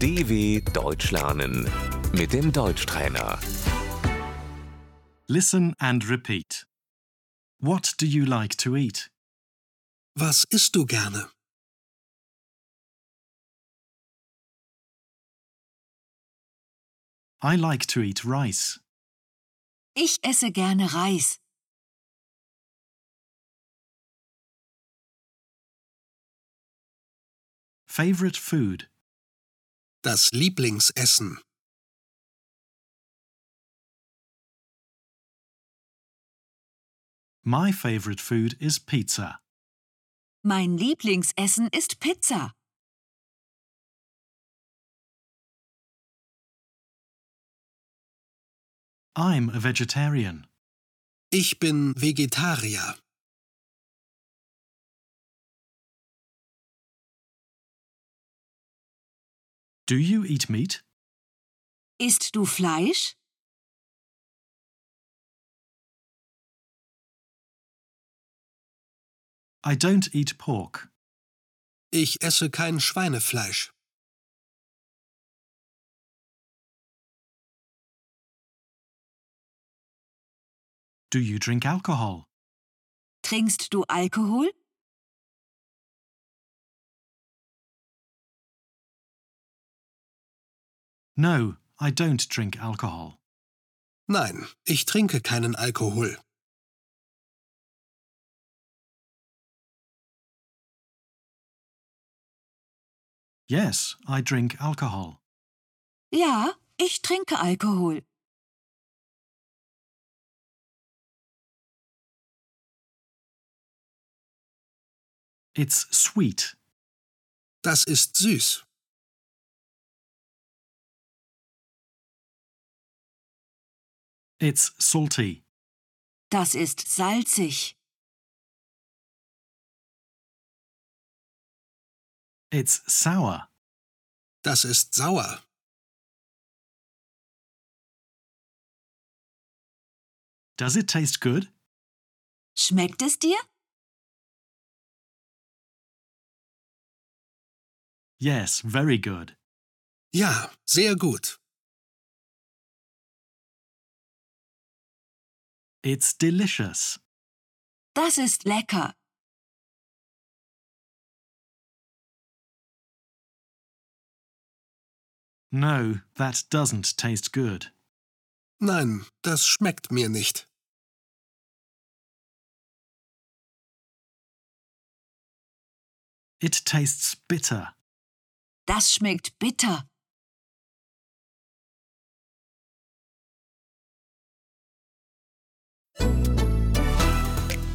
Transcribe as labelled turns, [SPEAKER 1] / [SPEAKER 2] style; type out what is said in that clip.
[SPEAKER 1] DW Deutsch lernen mit dem Deutschtrainer.
[SPEAKER 2] Listen and repeat. What do you like to eat?
[SPEAKER 3] Was isst du gerne?
[SPEAKER 2] I like to eat rice.
[SPEAKER 4] Ich esse gerne Reis.
[SPEAKER 2] Favorite food.
[SPEAKER 3] Das Lieblingsessen.
[SPEAKER 2] My favorite food is pizza.
[SPEAKER 4] Mein Lieblingsessen ist Pizza.
[SPEAKER 2] I'm a vegetarian.
[SPEAKER 3] Ich bin Vegetarier.
[SPEAKER 2] Do you eat meat?
[SPEAKER 4] Isst du Fleisch?
[SPEAKER 2] I don't eat pork.
[SPEAKER 3] Ich esse kein Schweinefleisch.
[SPEAKER 2] Do you drink alcohol?
[SPEAKER 4] Trinkst du Alkohol?
[SPEAKER 2] No, I don't drink alcohol.
[SPEAKER 3] Nein, ich trinke keinen Alkohol.
[SPEAKER 2] Yes, I drink alcohol.
[SPEAKER 4] Ja, ich trinke Alkohol.
[SPEAKER 2] It's sweet.
[SPEAKER 3] Das ist süß.
[SPEAKER 2] It's salty.
[SPEAKER 4] Das ist salzig.
[SPEAKER 2] It's sour.
[SPEAKER 3] Das ist sauer.
[SPEAKER 2] Does it taste good?
[SPEAKER 4] Schmeckt es dir?
[SPEAKER 2] Yes, very good.
[SPEAKER 3] Ja, sehr gut.
[SPEAKER 2] It's delicious.
[SPEAKER 4] Das ist lecker.
[SPEAKER 2] No, that doesn't taste good.
[SPEAKER 3] Nein, das schmeckt mir nicht.
[SPEAKER 2] It tastes bitter.
[SPEAKER 4] Das schmeckt bitter.